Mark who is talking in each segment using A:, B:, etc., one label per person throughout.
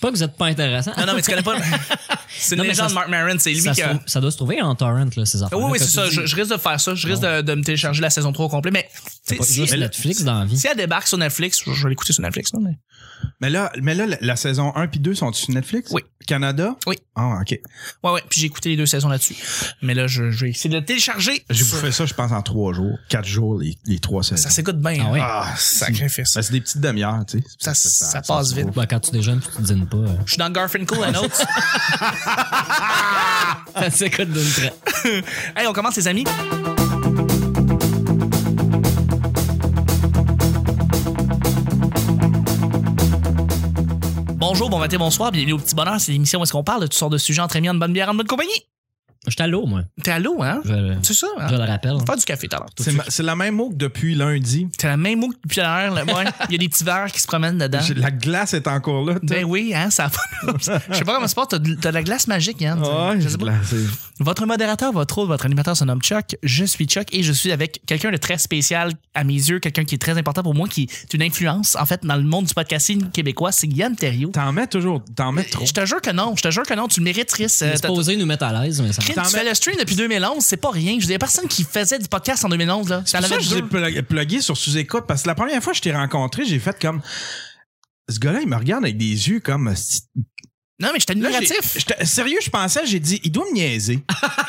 A: Pas que vous êtes pas intéressant.
B: Ah Non, non, mais tu connais pas. C'est une
A: Non, mais
B: légende
A: ça-
B: Mark Maron, c'est lui
A: ça,
B: qui
A: se
B: a. Ah
A: trouve- ça doit se trouver en torrent, là, ces affaires.
B: Oui, oui, c'est ça. Je, je risque de faire ça. Je risque de, de me télécharger la saison 3 au complet. Mais tu sais,
A: Pas
B: si,
A: juste Netflix dans la vie.
B: si elle débarque sur Netflix, je je vais l'écouter sur Netflix. non, mais-
C: Mais là, mais là la, la saison 1 puis 2 sont sur Netflix?
B: Oui.
C: Canada?
B: Oui.
C: Ah, OK.
B: Ouais, ouais. Puis j'ai écouté les deux saisons là-dessus. Mais là, je, je vais essayer de le télécharger.
C: J'ai bouffé ça, je pense, en trois jours. Quatre jours, les, les trois saisons.
B: Ça s'écoute bien.
A: Ah
B: hein.
A: oui.
C: Ah,
B: Sacrifice.
C: Ben, c'est des petites demi-heures, tu sais.
B: Ça- ça passe
C: se
B: vite.
C: trouve.
A: Ben, quand tu déjeunes, tu te dînes pas. euh,
B: Je suis dans Garfinkel and Oates.
A: Ça s'écoute d'une traite.
B: hey, on commence, les amis. Bonjour, bon matin, bonsoir, bienvenue au Petit Bonheur. C'est l'émission où est-ce qu'on parle de toutes sortes de sujets entre amis, en bonne bière, en bonne compagnie.
A: J'étais à l'eau, moi.
B: T'es à l'eau, hein?
A: Je, le-
B: C'est ça, hein?
A: je le rappelle.
B: Faire du café tout à l'heure.
C: C'est ma- C'est la même mot que depuis lundi.
B: T'as la même mot que depuis tout à l'heure. là. Ouais. Il y a des petits verres qui se promènent dedans.
C: J'ai- La glace est encore là.
B: Ben oui, hein, ça a pas- Je sais pas comment ça se passe, t'as de t'as de la glace magique, Yann.
C: Ouais,
B: Ben, Je sais pas. Votre modérateur, votre autre, votre animateur se nomme Chuck. Je suis Chuck et je suis avec quelqu'un de très spécial à mes yeux, quelqu'un qui est très important pour moi, qui est une influence, en fait, dans le monde du podcasting québécois, c'est Yann Terriot.
C: T'en mets toujours, t'en mets trop.
B: Je te jure que non, je te jure que non, tu le mérites, Chris.
A: Il
B: Euh,
A: est
B: t'as-
A: supposé nous mettre à l'aise, mais ça
B: Chris,
C: t'en
B: tu
C: mets-
B: fais le stream depuis 2011, c'est pas rien. Je veux dire, y a personne qui faisait du podcast en 2011, là. T'en
C: C'est pour ça
B: avais
C: que je vous ai
B: deux.
C: pla- plugué sur sous-écoute parce que la première fois que je t'ai rencontré, j'ai fait comme. Ce gars-là, il me regarde avec des yeux comme.
B: Non, mais j'étais
C: Là, j'ai-
B: admiratif.
C: j'étais- Sérieux, je pensais, j'ai dit, il doit me niaiser.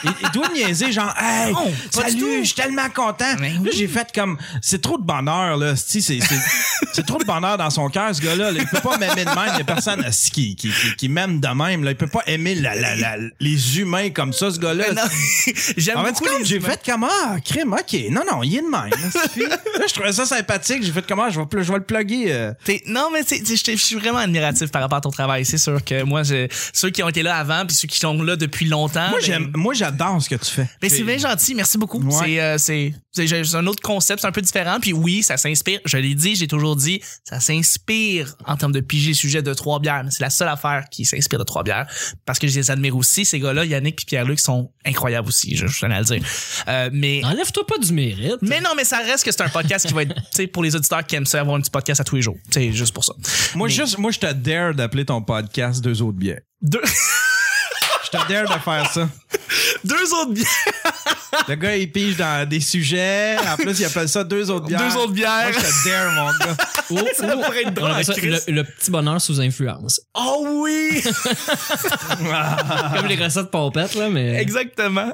C: il, il doit me niaiser, genre, hey,
B: Non, pas du tout. Ben
C: salut, je suis tellement content.
B: Mais
C: Là, j'ai fait comme, c'est trop de bonheur, là. c'ti, C'est c'est- c'est trop de bonheur dans son cœur, ce gars-là. là. Il peut pas m'aimer de même. Il y a personne c'ti, qui, qui, qui, qui m'aime de même. Là. Il peut pas aimer la- la- la- les humains comme ça, ce gars-là.
B: Ben Non, J'aime
C: En fait,
B: beaucoup
C: c'est comme
B: les
C: j'ai
B: humains.
C: fait comment ah, crime, ok. Non, non, il est de même. là, ça suffit. Là, je trouvais ça sympathique. J'ai fait comment je vais, pl- je vais le plugger. euh.
B: T'es- non, mais t'sais- t'sais, je t'ai- je suis vraiment admiratif par rapport à ton travail. C'est sûr que moi, je- ceux qui ont été là avant puis ceux qui sont là depuis longtemps.
C: Moi,
B: ben-
C: j'aime, moi, j'adore ce que tu fais.
B: ben, c'est bien gentil, merci beaucoup.
C: Ouais.
B: C'est, euh, C'est c'est- j'ai- c'est un autre concept, c'est un peu différent. Puis oui, ça s'inspire. Je l'ai dit, j'ai toujours dit, ça s'inspire en termes de piger sujet de trois bières. Mais c'est la seule affaire qui s'inspire de trois bières. Parce que je les admire aussi, ces gars-là, Yannick puis Pierre-Luc, sont incroyables aussi, je, je tenais à le dire. Euh, mais
A: Enlève-toi pas du mérite.
B: mais non, mais ça reste que c'est un podcast qui va être, tu sais, pour les auditeurs qui aiment ça, avoir un petit podcast à tous les jours. C'est juste pour ça.
C: Moi,
B: Mais-
C: juste, moi, je te dare d'appeler ton podcast Deux autres bières.
B: Deux,
C: Je te dare de faire ça.
B: deux autres bières.
C: Le gars, il pige dans des sujets. En plus, il appelle ça Deux autres bières.
B: Deux autres bières.
C: Moi, je te dare, mon gars.
A: Ou-
B: Ça
A: ou-
B: pourrait être
A: Oh, on
B: drôle,
A: appelle ça
B: Chris.
A: le, le petit bonheur sous influence.
B: Oh oui! Ah.
A: Comme les recettes pompettes, là, mais.
B: Exactement.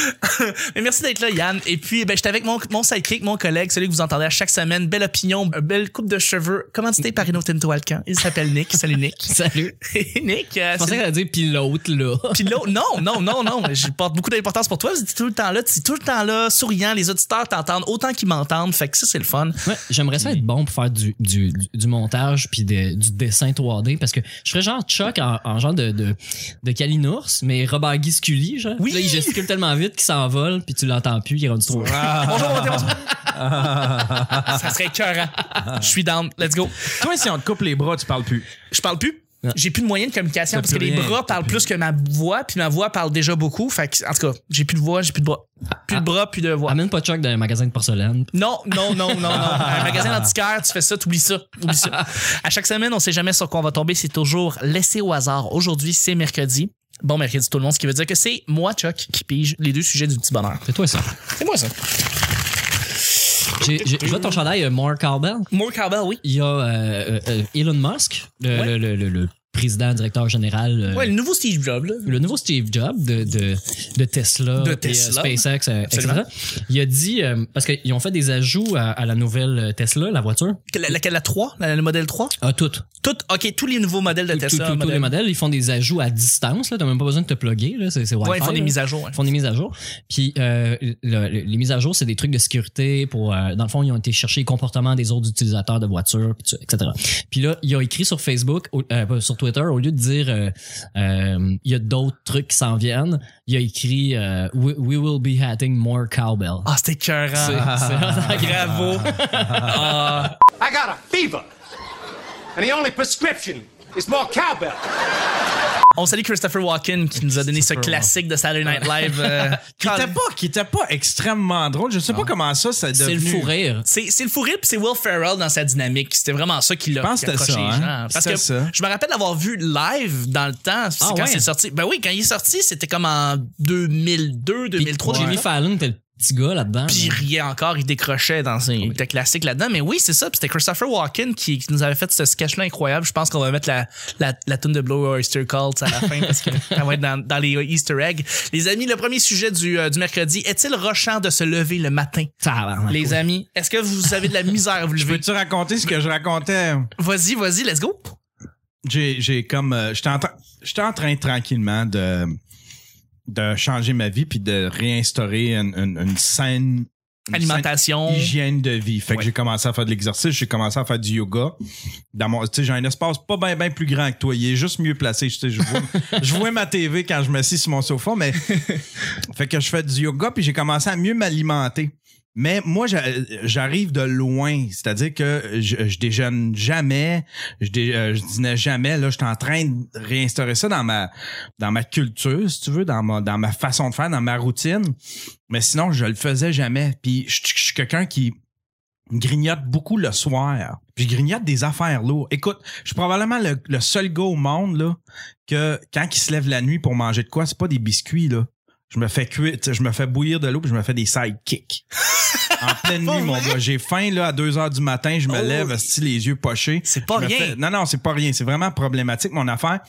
B: Mais merci d'être là, Yann. Et puis, ben, j'étais avec mon, mon sidekick, mon collègue, celui que vous entendez à chaque semaine. Belle opinion, belle coupe de cheveux. Commandité par Rino Tinto Alcan. Il s'appelle Nick. Salut, Nick.
A: Salut.
B: Nick, euh,
A: Je
B: c'est-
A: pensais qu'elle allait dire pis l'autre, là.
B: Puis l'autre- non, non, non, non. Je porte beaucoup d'importance pour toi. Vous êtes tout le temps là, tu es tout le temps là, souriant. Les auditeurs t'entendent autant qu'ils m'entendent. Fait que ça, c'est le fun.
A: Ouais, j'aimerais ça être bon pour faire du, du, du montage puis de- du dessin 3D parce que je ferais genre Chuck en, en genre de, de, de Kalinours, mais Robert Guy Scully, genre.
B: Oui.
A: Là, il gesticule tellement vite qu'il s'envole puis tu l'entends plus, il est rendu trop loin.
B: Bonjour, bonjour, bonjour. ça serait écœurant. Je suis down. Let's go.
C: Toi, si on te coupe les bras, tu parles plus.
B: Je parle plus.
A: Ouais.
B: J'ai plus de moyens de communication
C: T'as
B: parce que
C: plus
B: les
C: rien,
B: bras
C: t'as
B: parlent
C: plus
B: plus que ma voix, puis ma voix parle déjà beaucoup. Fait que, en tout cas, j'ai plus de voix, j'ai plus de bras. Plus de bras, plus de voix.
A: Amène pas Chuck dans un magasin de porcelaine.
B: Non, non, non, non, non. Un magasin d'antiquaire, tu fais ça, t'oublies ça. Oublie ça. À chaque semaine, on sait jamais sur quoi on va tomber. C'est toujours laissé au hasard. Aujourd'hui, c'est mercredi. Bon mercredi tout le monde, ce qui veut dire que c'est moi, Chuck, qui pige les deux sujets du petit bonheur.
A: C'est toi ça.
B: C'est moi ça.
A: J'ai, j'ai- je vois ton chandail euh, Mark Carbell.
B: More Cowbell, oui.
A: Il y a euh, euh, euh, Elon Musk, le,
B: Ouais.
A: le- le- le- le président, directeur général. euh,
B: Ouais, le nouveau Steve Jobs, là.
A: le nouveau Steve Jobs de, de, de Tesla,
B: De
A: puis, euh,
B: Tesla.
A: SpaceX, euh, etc.
B: Absolument.
A: Il a dit, euh, parce qu'ils ont fait des ajouts à, à la nouvelle Tesla, la voiture.
B: La, laquelle, la 3, la- le modèle 3.
A: Ah, toutes.
B: Tout, OK, tous les nouveaux modèles de
A: Tout- tout-
B: Tesla.
A: tout- tous les
B: modèles-
A: modèles, ils font des ajouts à distance. là. T'as même pas besoin de te plugger. là. C'est c'est Wi-Fi.
B: Ouais, ils font des
A: là.
B: mises à jour. hein.
A: Ils font des mises à jour. Puis euh, le- le- les mises à jour, c'est des trucs de sécurité pour. euh, dans le fond, ils ont été chercher les comportements des autres utilisateurs de voitures, puis tu- etc. Puis là, ils ont écrit sur Facebook, au- euh, pas, sur Twitter, au lieu de dire euh, euh, il y a d'autres trucs qui s'en viennent, il a écrit euh, we, we will be hatting more cowbell.
B: Ah, c'était écœurant.
A: C'est- c'est-
B: Bravo. Ah.
D: I got a fever. And the only prescription is more cowbell.
B: On salue Christopher Walken qui nous a donné ce
C: Christopher
B: classique de Saturday Night Live. euh,
C: Qui
B: Colin.
C: était pas, qui était pas extrêmement drôle. Je sais pas comment ça, ça
A: C'est le fou rire.
B: C'est c'est le fou rire, puis c'est Will Ferrell dans sa dynamique. C'était vraiment ça qui l'a
C: Je pense que
B: qui a
C: c'était
B: accroché
C: ça,
B: les
C: hein.
B: gens. Parce
C: C'était
B: que
C: ça.
B: je me rappelle l'avoir vu live dans le temps. c'est
A: Ah
B: quand
A: ouais?
B: c'est sorti. Ben oui, quand il est sorti, c'était comme en 2002,
A: Puis
B: 2003.
A: Jimmy Fallon était le petit gars là-dedans.
B: Puis il riait encore, il décrochait dans ses il était classique là-dedans. Mais oui, c'est ça. Puis c'était Christopher Walken qui, qui nous avait fait ce sketch-là incroyable. Je pense qu'on va mettre la, la, la tune de Blow Oyster Cult à la fin parce que ça va être dans, dans les Easter eggs. Les amis, le premier sujet du, euh, du mercredi, est-il rochant de se lever le matin?
A: Tabarnak.
B: Les amis, est-ce que vous avez de la misère à vous lever?
C: Peux-tu raconter ce que je racontais?
B: Vas-y, vas-y, let's go.
C: J'ai, j'ai comme, euh, j'étais en, train- j'étais en train tranquillement de, de changer ma vie puis de réinstaurer une, une, une saine une
B: Alimentation.
C: saine hygiène de vie. Fait que j'ai commencé à faire de l'exercice, j'ai commencé à faire du yoga. Dans mon, tu sais, j'ai un espace pas bien bien plus grand que toi. Il est juste mieux placé. Je, sais, je vois, je vois ma TV quand je m'assis sur mon sofa, mais fait que je fais du yoga puis j'ai commencé à mieux m'alimenter. Mais moi, j'a- j'arrive de loin, c'est-à-dire que je, je déjeune jamais, je, dé- euh, je dînais jamais. Là, je suis en train de réinstaurer ça dans ma dans ma culture, si tu veux, dans ma dans ma façon de faire, dans ma routine. Mais sinon, je le faisais jamais. Puis je, je suis quelqu'un qui grignote beaucoup le soir. Puis je grignote des affaires lourdes. Écoute, je suis probablement le, le seul gars au monde là que quand il se lève la nuit pour manger de quoi, c'est pas des biscuits là. Je me fais cuire, tu sais, je me fais bouillir de l'eau puis je me fais des sidekicks. en pleine nuit, mon gars, j'ai faim là à 2 heures du matin, je me
B: Oh.
C: lève, esti, les yeux pochés.
B: C'est pas
C: Je me
B: rien.
C: fais- non, non, c'est pas rien. C'est vraiment problématique, mon affaire.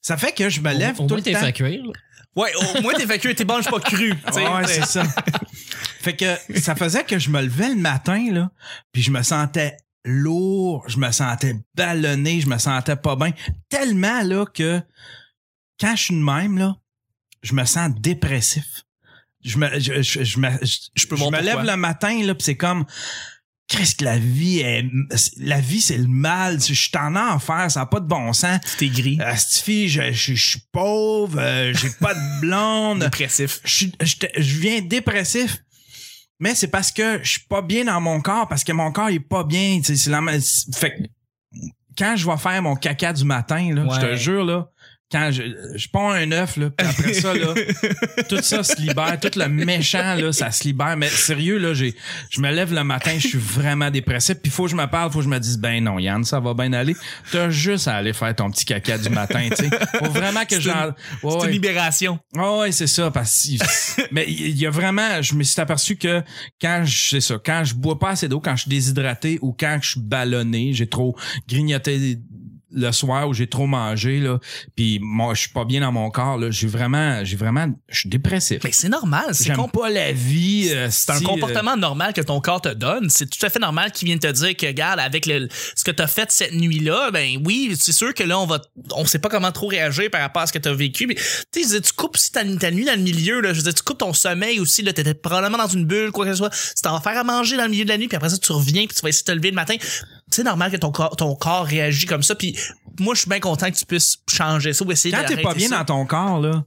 C: Ça fait que je me
A: Au-
C: lève
A: Au
C: tout
A: moins,
C: le
A: t'es
C: temps.
A: fait cuire. là.
B: Ouais, au moins t'es vaincu, t'es bon, je suis pas cru. tu sais.
C: Ouais, c'est ça. fait que ça faisait que je me levais le matin, là, puis je me sentais lourd, je me sentais ballonné, je me sentais pas bien. Tellement, là, que quand je suis de même, là, je me sens dépressif. Je me, je, je, je me, je,
B: peux
C: je
B: voir
C: me lève
B: pourquoi.
C: le matin, là, puis c'est comme, qu'est-ce que la vie est, la vie, c'est le mal, je suis en enfer, ça n'a pas de bon sens.
B: T'es gris,
C: Euh, Astifi, je, je, je suis pauvre, euh, j'ai pas de blonde,
B: dépressif.
C: je, suis- je- je viens dépressif. Mais c'est parce que je suis pas bien dans mon corps, parce que mon corps il est pas bien. tu sais, C'est la ma- c'est- fait que quand je vais faire mon caca du matin, là, je te
A: Ouais.
C: jure, là, quand je, je ponds un œuf, là, puis après ça, là, tout ça se libère, tout le méchant, là, ça se libère. Mais sérieux, là, j'ai, je me lève le matin, je suis vraiment dépressif, puis faut que je me parle, faut que je me dise, ben non, Yann, ça va bien aller. T'as juste à aller faire ton petit caca du matin, tu sais. Faut vraiment que
B: C'est
C: je...
B: une-
C: Ouais,
B: C'est une
C: ouais.
B: libération.
C: Ah ouais, c'est ça parce que- mais il y a vraiment je me suis aperçu que quand je c'est ça, quand je bois pas assez d'eau, quand je suis déshydraté ou quand je suis ballonné, j'ai trop grignoté le soir ou j'ai trop mangé là, puis moi je suis pas bien dans mon corps là, j'ai vraiment j'ai vraiment je suis dépressif.
B: Mais c'est normal, c'est
C: J'aime
B: comp-
C: pas la vie, euh,
B: C'est un
C: si, euh,
B: comportement normal que ton corps te donne. C'est tout à fait normal qu'il vienne te dire que, regarde, avec le- ce que t'as fait cette nuit-là, ben oui, c'est sûr que là, on va, on sait pas comment trop réagir par rapport à ce que t'as vécu. Mais, tu sais, je veux dire, tu coupes si t'as t'as nuit dans le milieu, là, je veux dire, tu coupes ton sommeil aussi, là, t'étais probablement dans une bulle, quoi que ce soit. Tu t'en vas faire à manger dans le milieu de la nuit, puis après ça, tu reviens, puis tu vas essayer de te lever le matin. C'est normal que ton corps, ton corps réagit comme ça, puis moi, je suis bien content que tu puisses changer ça ou essayer
C: euh, quand
B: d'arrêter
C: t'es pas bien
B: ça.
C: dans ton corps là,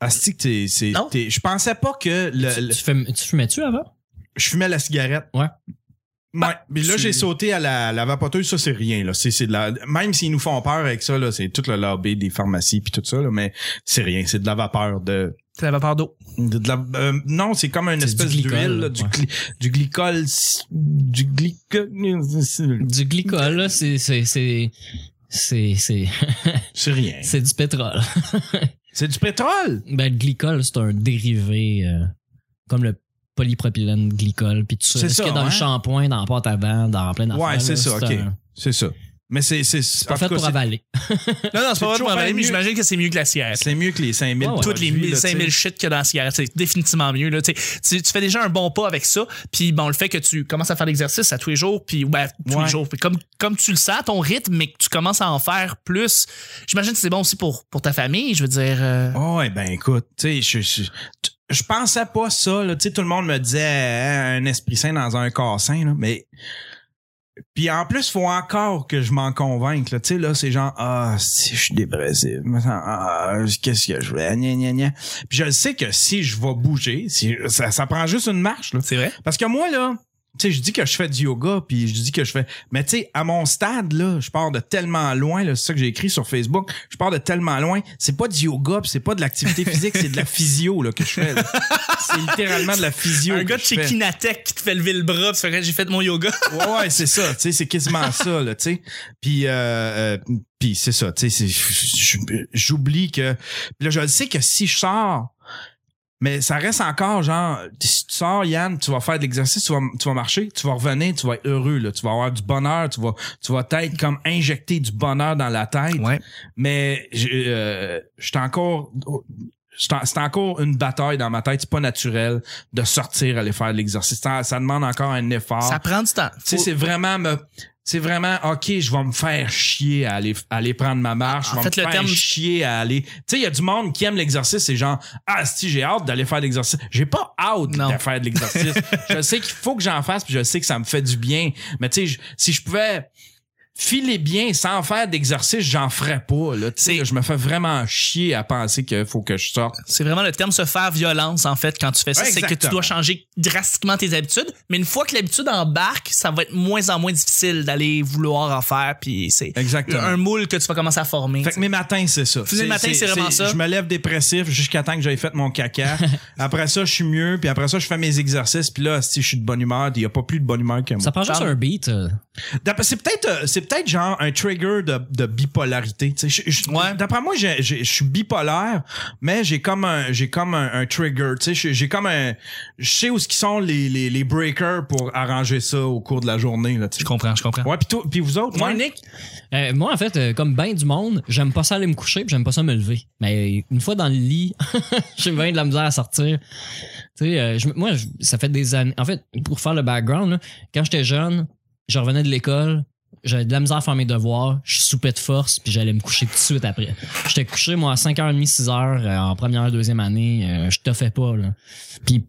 C: asti que t'es c'est
B: Non.
C: t'es- je pensais pas que le- le-
A: Tu fais- tu fumais-tu avant?
C: je fumais la cigarette.
A: Ouais.
C: Ouais, mais là
B: tu-
C: j'ai sauté à la, la vapoteuse, ça c'est rien là, c'est c'est de la même s'ils nous font peur avec ça là, c'est tout le lobby des pharmacies puis tout ça là, mais c'est rien, c'est de la vapeur de,
B: T'as la vapeur d'eau.
C: de, de la euh, non, c'est comme une
A: C'est
C: espèce
A: du glycol,
C: d'huile là, du
A: ouais.
C: gly- du glycol du glycol
A: Du glycol, là, c'est. c'est- C'est c'est- c'est-
C: c'est rien.
A: c'est du pétrole.
C: C'est du pétrole.
A: Ben, le glycol, c'est un dérivé, euh, comme le polypropylène glycol, puis tout ça.
C: C'est
A: Ce
C: ça,
A: qu'il y a dans
C: hein?
A: le shampoing, dans la pâte à dents, dans plein d'affaires.
C: Ouais, c'est
A: là,
C: ça, OK.
A: un-
C: C'est ça. Mais c'est c'est
A: C'est pas
C: en
A: fait
C: tout cas,
A: pour
C: c'est-
A: avaler.
B: Non, non, c'est pas vrai
C: toujours
B: pour avaler,
C: bien
B: mais
C: mieux.
B: j'imagine que c'est mieux que la cigarette.
C: c'est mieux que les 5000
A: Ouais, ouais.
B: toutes les
C: produits, là,
B: 5000
C: tu sais.
B: shit qu'il y a dans la cigarette. C'est définitivement mieux. Là, tu, sais. tu, tu fais déjà un bon pas avec ça. Puis bon, le fait que tu commences à faire l'exercice à tous les jours, puis ouais, tous
C: Ouais.
B: les jours. Puis comme, comme tu le sens, ton rythme, mais que tu commences à en faire plus, j'imagine que c'est bon aussi pour, pour ta famille. Je veux dire, euh,
C: Oh, eh ben écoute, tu sais, je, je, tu- je pensais pas ça. Là. Tu sais, tout le monde me disait euh, un esprit sain dans un corps sain, là, mais. Puis en plus, faut encore que je m'en convainque. Là. Tu sais, là, c'est genre, ah, si je suis dépressif, je me sens, ah, qu'est-ce que je veux, gna, gna, gna. Puis je le sais que si je vais bouger, si, ça, ça prend juste une marche. Là.
B: c'est vrai.
C: Parce que moi, là, tu sais, je dis que je fais du yoga, puis je dis que je fais. Mais tu sais, à mon stade, là, je pars de tellement loin, là, c'est ça que j'ai écrit sur Facebook, je pars de tellement loin. C'est pas du yoga, puis c'est pas de l'activité physique, c'est de la physio, là, que je fais. là. C'est littéralement de la physio.
B: Un
C: que
B: gars de
C: je
B: chez
C: fais.
B: Kinatech qui te fait lever le bras, pis tu fais, Regarde, j'ai fait mon yoga.
C: Ouais, ouais, c'est ça, tu sais, c'est quasiment ça, là, tu sais. Puis, euh, euh, puis c'est ça, tu sais, c'est- j'oublie que... Puis là, je le sais que si je sors, mais ça reste encore, genre, si tu sors, Yann, tu vas faire de l'exercice, tu vas, tu vas marcher, tu vas revenir, tu vas être heureux, là, tu vas avoir du bonheur, tu vas, tu vas être comme injecté du bonheur dans la tête.
B: Ouais.
C: Mais je euh, je suis encore... C'est en- c'est encore une bataille dans ma tête, c'est pas naturel de sortir aller faire de l'exercice. Ça, ça demande encore un effort.
B: Ça prend du temps.
C: Tu sais, c'est vraiment me. C'est vraiment OK, je vais me faire chier à aller, à aller prendre ma marche,
B: En
C: je vais
B: fait,
C: me
B: le
C: faire
B: terme-
C: chier à aller. Tu sais, il y a du monde qui aime l'exercice, c'est genre ah si j'ai hâte d'aller faire de l'exercice. J'ai pas hâte
B: Non.
C: de faire de l'exercice. je sais qu'il faut que j'en fasse, puis je sais que ça me fait du bien. Mais tu sais, je- si je pouvais filer bien sans faire d'exercice, j'en ferais pas là. Tu sais,
B: C'est-
C: là, je me fais vraiment chier à penser qu'il faut que je sorte.
B: C'est vraiment le terme se faire violence, en fait, quand tu fais ça.
C: Ouais,
B: c'est que tu
C: exactement.
B: dois changer drastiquement tes habitudes. Mais une fois que l'habitude embarque, ça va être moins en moins difficile d'aller vouloir en faire. Puis c'est
C: Exactement.
B: un moule que tu vas commencer à former.
C: Fait que mes matins, c'est ça.
B: Tous les matins, c'est vraiment ça.
C: Je me lève dépressif jusqu'à temps que j'aie fait mon caca. après ça, je suis mieux. Puis après ça, je fais mes exercices. Puis là, si je suis de bonne humeur, il n'y a pas plus de bonne humeur que moi.
A: Ça prend juste
B: Parle.
A: un beat. euh.
C: D'après- C'est peut-être euh, c'est peut-être genre un trigger de, de bipolarité. tu sais. Je- je-
B: Ouais.
C: D'après moi, j'ai- j'ai- je suis bipolaire, mais j'ai comme un j'ai comme un, un trigger. tu sais. J'ai j'ai comme un je sais où ce qui sont les, les, les breakers pour arranger ça au cours de la journée. Là, tu sais.
B: Je comprends, je comprends.
C: Ouais, puis toi- puis vous autres,
B: Moi,
C: ouais?
B: Nick,
A: Euh, moi, en fait, euh, comme ben du monde, j'aime pas ça aller me coucher puis j'aime pas ça me lever. Mais une fois dans le lit, j'ai bien de la misère à sortir. Tu sais, euh, je me- moi, je- ça fait des années. En fait, pour faire le background, là, quand j'étais jeune, je revenais de l'école, j'avais de la misère à faire mes devoirs, je soupais de force puis j'allais me coucher tout de suite après. J'étais couché, moi, à 5h30, 6h euh, en première, deuxième année. euh, je te fais pas, là. Puis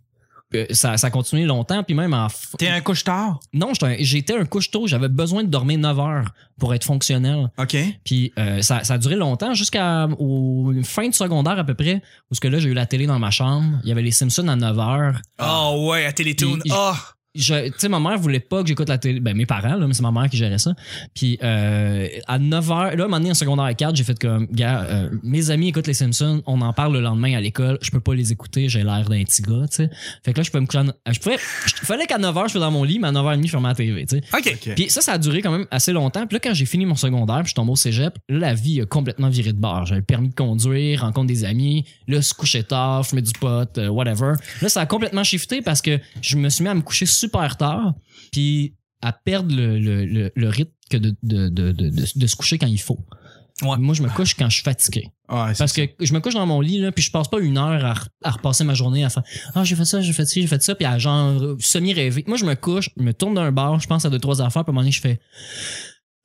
A: euh, ça, ça a continué longtemps, puis même en... f-
C: T'es un couche-tard?
A: Non, j'étais un- j'étais un couche-tôt, j'avais besoin de dormir 9 heures pour être fonctionnel.
C: OK.
A: Puis euh, ça, ça a duré longtemps, jusqu'à au- fin de secondaire à peu près, où ce que là, j'ai eu la télé dans ma chambre. Il y avait les Simpsons à 9 h
B: oh ouais, à Télétoon.
A: Il- il-
B: Ah!
A: je, tu sais, ma mère voulait pas que j'écoute la télé. Ben, mes parents, là, mais c'est ma mère qui gérait ça. Puis, euh, à 9h, là, un moment donné, en secondaire 4, j'ai fait comme, gars, euh, mes amis écoutent les Simpsons, on en parle le lendemain à l'école, je peux pas les écouter, j'ai l'air d'un petit gars, tu sais. Fait que là, je peux me coucher à no- Je pouvais, je- fallait qu'à 9h, je sois dans mon lit, mais à 9h30, je ferme la télé, tu sais.
B: OK.
A: Puis ça, ça a duré quand même assez longtemps. Puis là, quand j'ai fini mon secondaire, puis je suis tombé au cégep, là, la vie a complètement viré de bord. J'avais le permis de conduire, rencontre des amis, là, se coucher tard, fumer du pot, euh, whatever. Là, ça a complètement shifté parce que je me suis mis à me coucher super tard, puis à perdre le, le- le- le rythme que de, de, de, de, de- de se coucher quand il faut.
B: Ouais.
A: Moi, je me couche quand je suis fatigué.
C: Ah, Ouais, c'est-
A: Parce que je me couche dans mon lit, là, puis je passe pas une heure à, re- à repasser ma journée à faire Ah, j'ai fait ça, j'ai fait ci, j'ai fait ça, puis à genre euh, semi-rêver. Moi, je me couche, je me tourne d'un bar, je pense à deux, trois affaires, puis à un moment donné, je fais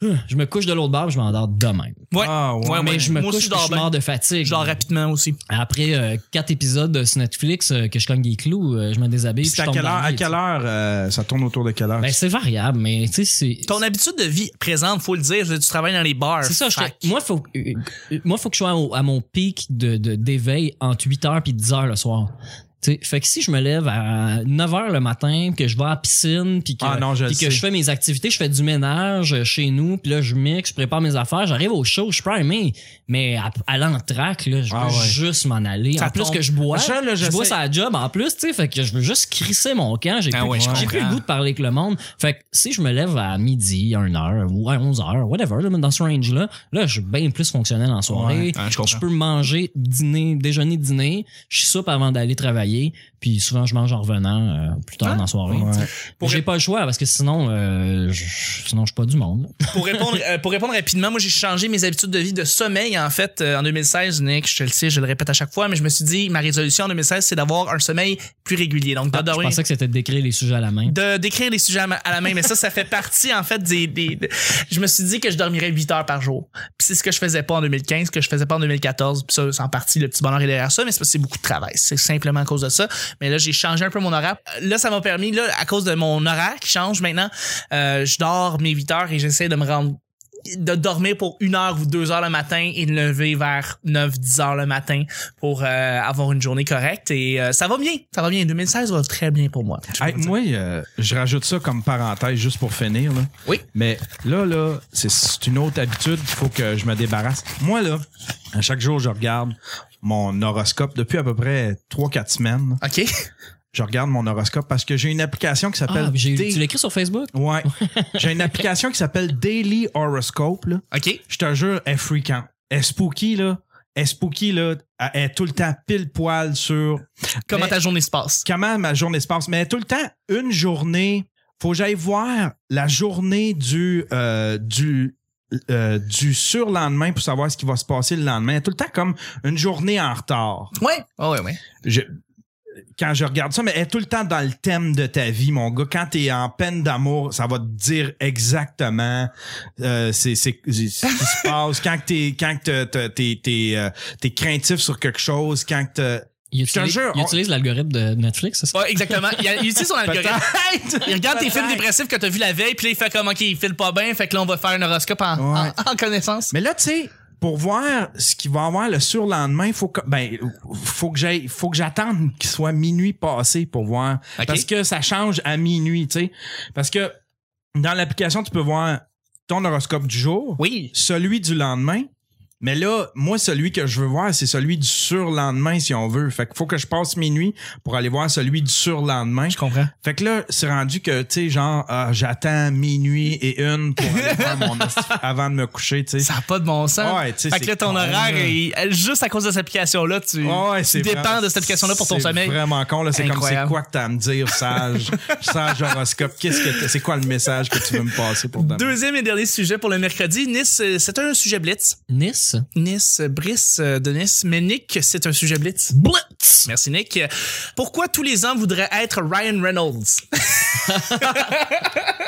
A: Ah Je me couche de l'autre bar, puis je m'endors de même.
B: Ouais.
C: Ah, ouais.
B: Ouais,
A: Mais
B: ouais.
A: je me
B: Moi aussi,
A: couche,
B: je
A: puis
B: dors
A: je suis
B: bien.
A: mort de fatigue.
B: Je dors rapidement aussi.
A: Après euh, quatre épisodes sur Netflix, euh, que je cogne des clous, euh, je me déshabille, puis
C: C'est
A: je
C: à
A: tombe
C: quelle
A: dans
C: heure,
A: le
C: à
A: lit,
C: quelle
A: tu sais.
C: heure euh, ça tourne autour de quelle heure?
A: Ben, c'est variable, mais tu sais, c'est.
B: Ton habitude de vie présente, faut le dire, je veux dire, tu travailles dans les bars.
A: C'est ça, je
B: Fait que-
A: moi, faut, euh, euh, moi, faut que je sois au- à mon pic de, de- d'éveil entre 8h puis 10h le soir. Tu sais, fait que si je me lève à 9h le matin, que je vais à la piscine, puis que,
C: Ah non, je
A: puis
C: le
A: que
C: sais.
A: je fais mes activités, je fais du ménage chez nous, puis là, je mixe, je prépare mes affaires, j'arrive au show, je suis primé, mais à, à l'entraque, là, je veux
C: Ah ouais.
A: juste m'en aller.
B: Ça
A: en plus
B: tombe.
A: que je bois,
C: Ça, là,
A: je,
C: je
A: bois
C: sais.
A: sa job en plus, tu sais, fait que je veux juste crisser mon camp, j'ai
B: Ah
A: plus,
B: ouais, je
A: j'ai plus le
B: comprends.
A: goût de parler avec le monde. Fait que si je me lève à midi, 1h ou à 11h, whatever, là, dans ce range-là, là, je suis bien plus fonctionnel en soirée.
B: Ouais, hein, je comprends.
A: peux manger, dîner, déjeuner, dîner. Je soupe avant d'aller travailler. Puis souvent, je mange en revenant euh, plus tard
B: Ah,
A: dans la soirée.
C: ouais.
A: tu sais.
B: Pour
A: J'ai pas le choix parce que sinon, euh, je- sinon je suis pas du monde.
B: pour répondre euh, pour répondre rapidement, moi j'ai changé mes habitudes de vie de sommeil en fait euh, en 2016 Nick, je te le sais, je le répète à chaque fois mais je me suis dit ma résolution en 2016 c'est d'avoir un sommeil plus régulier. Donc
A: Ah, je
B: d'adorer-
A: pensais que c'était de décrire les sujets à la main.
B: de d'écrire les sujets à, ma- à la main mais ça ça fait partie en fait des, des- de- je me suis dit que je dormirais 8 heures par jour. Puis c'est ce que je faisais pas en 2015, ce que je faisais pas en 2014, puis ça c'est en partie le petit bonheur est derrière ça mais c'est parce que c'est beaucoup de travail, c'est simplement à cause de ça. Mais là j'ai changé un peu mon horaire. Là ça m'a permis là à cause de mon horaire qui change maintenant, euh, je dors mes 8 heures et j'essaie de me rendre de dormir pour une heure ou deux heures le matin et de lever vers 9 10 heures le matin pour euh, avoir une journée correcte et euh, ça va bien ça va bien 2016 va très bien pour moi Je
C: Hey,
B: peux vous dire.
C: moi, euh, je rajoute ça comme parenthèse juste pour finir. Là.
B: Oui.
C: Mais là, là, c'est- c'est une autre habitude qu'il faut que je me débarrasse. Moi, là, à chaque jour, je regarde mon horoscope depuis à peu près 3-4 semaines.
B: OK
C: Je regarde mon horoscope parce que j'ai une application qui s'appelle
A: Ah, j'ai-
C: Da-
A: tu l'écris sur Facebook?
C: Ouais. J'ai une application qui s'appelle Daily Horoscope. Là.
B: OK
C: Je te jure, elle est fréquente. Elle est spooky, là. Elle est spooky, là. Elle est tout le temps pile poil sur
B: comment
C: Mais-
B: ta journée se passe
C: comment ma journée se passe. Mais tout le temps, une journée, faut que j'aille voir la journée du, euh, du, euh, du surlendemain pour savoir ce qui va se passer le lendemain. Tout le temps comme une journée en retard.
B: ouais ouais ouais, ouais.
C: Je- quand je regarde ça, mais elle est tout le temps dans le thème de ta vie, mon gars. Quand t'es en peine d'amour, ça va te dire exactement euh, c'est c'est- c'est- ce qui se passe. Quand t'es quand t'es t'es- t'es, euh, t'es craintif sur quelque chose, quand t'es
A: Il
C: te
A: utilise,
C: jure,
A: il
C: on-
A: utilise l'algorithme de Netflix, c'est ça?
B: Ouais, exactement. Il, y a- il utilise son algorithme. Il regarde tes films dépressifs que t'as vu la veille, puis là, il fait comme, OK, il file pas bien, fait que là, on va faire un horoscope en,
C: Ouais.
B: en- en connaissance.
C: Mais là, tu sais, pour voir ce qu'il va avoir le surlendemain, faut que, ben, faut que j'aille, faut que j'attende qu'il soit minuit passé pour voir.
B: Ok.
C: Parce que ça change à minuit, tu sais. Parce que dans l'application, tu peux voir ton horoscope du jour,
B: Oui.
C: celui du lendemain. Mais là, moi, celui que je veux voir, c'est celui du surlendemain, si on veut. Fait qu'il faut que je passe minuit pour aller voir celui du surlendemain.
B: comprends.
C: Fait que là, c'est rendu que, tu sais, genre, ah, j'attends minuit et une pour aller voir mon esti- avant de me coucher, tu sais.
B: Ça n'a pas de bon sens.
C: Ouais, tu sais,
B: fait que
C: c'est
B: là, ton
C: con,
B: horaire,
C: là.
B: est- elle- juste à cause de cette application-là, tu,
C: Ouais,
B: tu
C: c'est
B: dépends
C: vra-
B: de cette application-là pour ton sommeil.
C: C'est vraiment con, là. C'est comme, c'est
B: Incroyable.
C: quoi que t'as à me dire, sage, sage horoscope? Qu'est-ce que t'as- c'est quoi le message que tu veux me passer pour demain?
B: Deuxième et dernier sujet pour le mercredi. Nice, euh, c'est un sujet blitz.
A: Nice?
B: Nice, euh, Brice euh, de Nice. Mais Nick, c'est un sujet blitz.
A: Blitz!
B: Merci, Nick. Euh, Pourquoi tous les hommes voudraient être Ryan Reynolds?